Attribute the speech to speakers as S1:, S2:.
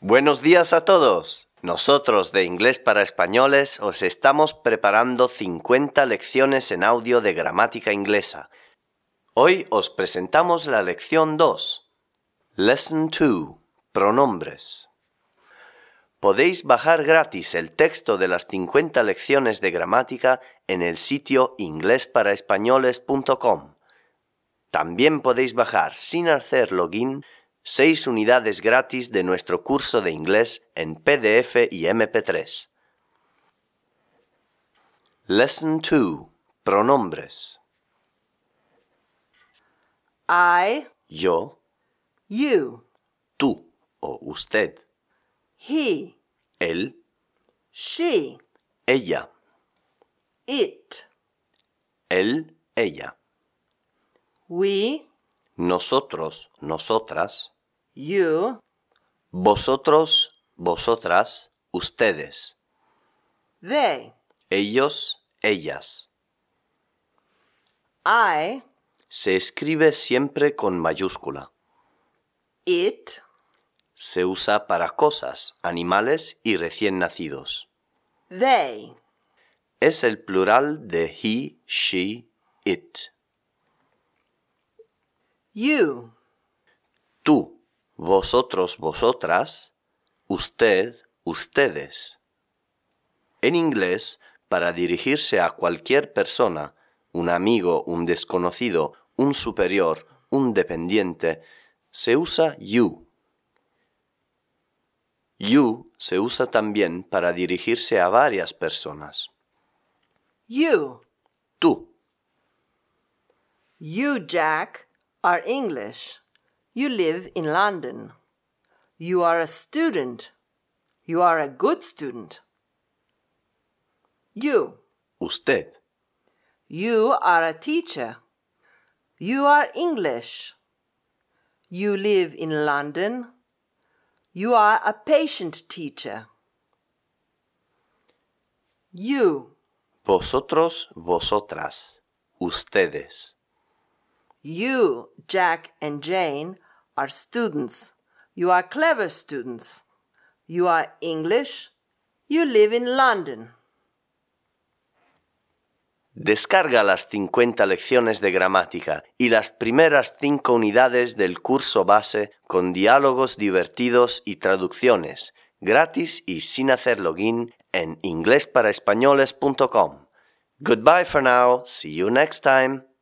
S1: Buenos días a todos. Nosotros de Inglés para Españoles os estamos preparando 50 lecciones en audio de gramática inglesa. Hoy os presentamos la lección 2. Lesson 2. Pronombres. Podéis bajar gratis el texto de las 50 lecciones de gramática en el sitio inglesparaespañoles.com. También podéis bajar sin hacer login 6 unidades gratis de nuestro curso de inglés en PDF y MP3. Lesson 2. Pronombres.
S2: I,
S1: Yo,
S2: you,
S1: tú o usted,
S2: he,
S1: él,
S2: she,
S1: ella,
S2: it,
S1: él, ella,
S2: we,
S1: nosotros, nosotras,
S2: you,
S1: vosotros, vosotras, ustedes,
S2: they.
S1: ellos, ellas.
S2: I,
S1: Se escribe siempre con mayúscula.
S2: it,
S1: Se usa para cosas, animales y recién nacidos.
S2: they.
S1: Es el plural de he, she, it.
S2: You,
S1: Tú, vosotros, vosotras, usted, ustedes. En inglés, para dirigirse a cualquier persona, un amigo, un desconocido, un superior, un dependiente, se usa you. You se usa también para dirigirse a varias personas.
S2: you,
S1: Tú,
S2: you, Jack, are English. You live in London. You are a student. You are a good student. You,
S1: usted.
S2: You are a teacher. You are English. You live in London. You are a patient teacher. You,
S1: Vosotros, vosotras, ustedes.
S2: you, Jack and Jane are students. You are clever students. You are English. You live in London.
S1: Descarga las 50 lecciones de gramática y las primeras 5 unidades del curso base con diálogos divertidos y traducciones, gratis y sin hacer login en inglesparaespañoles.com. Goodbye for now, see you next time.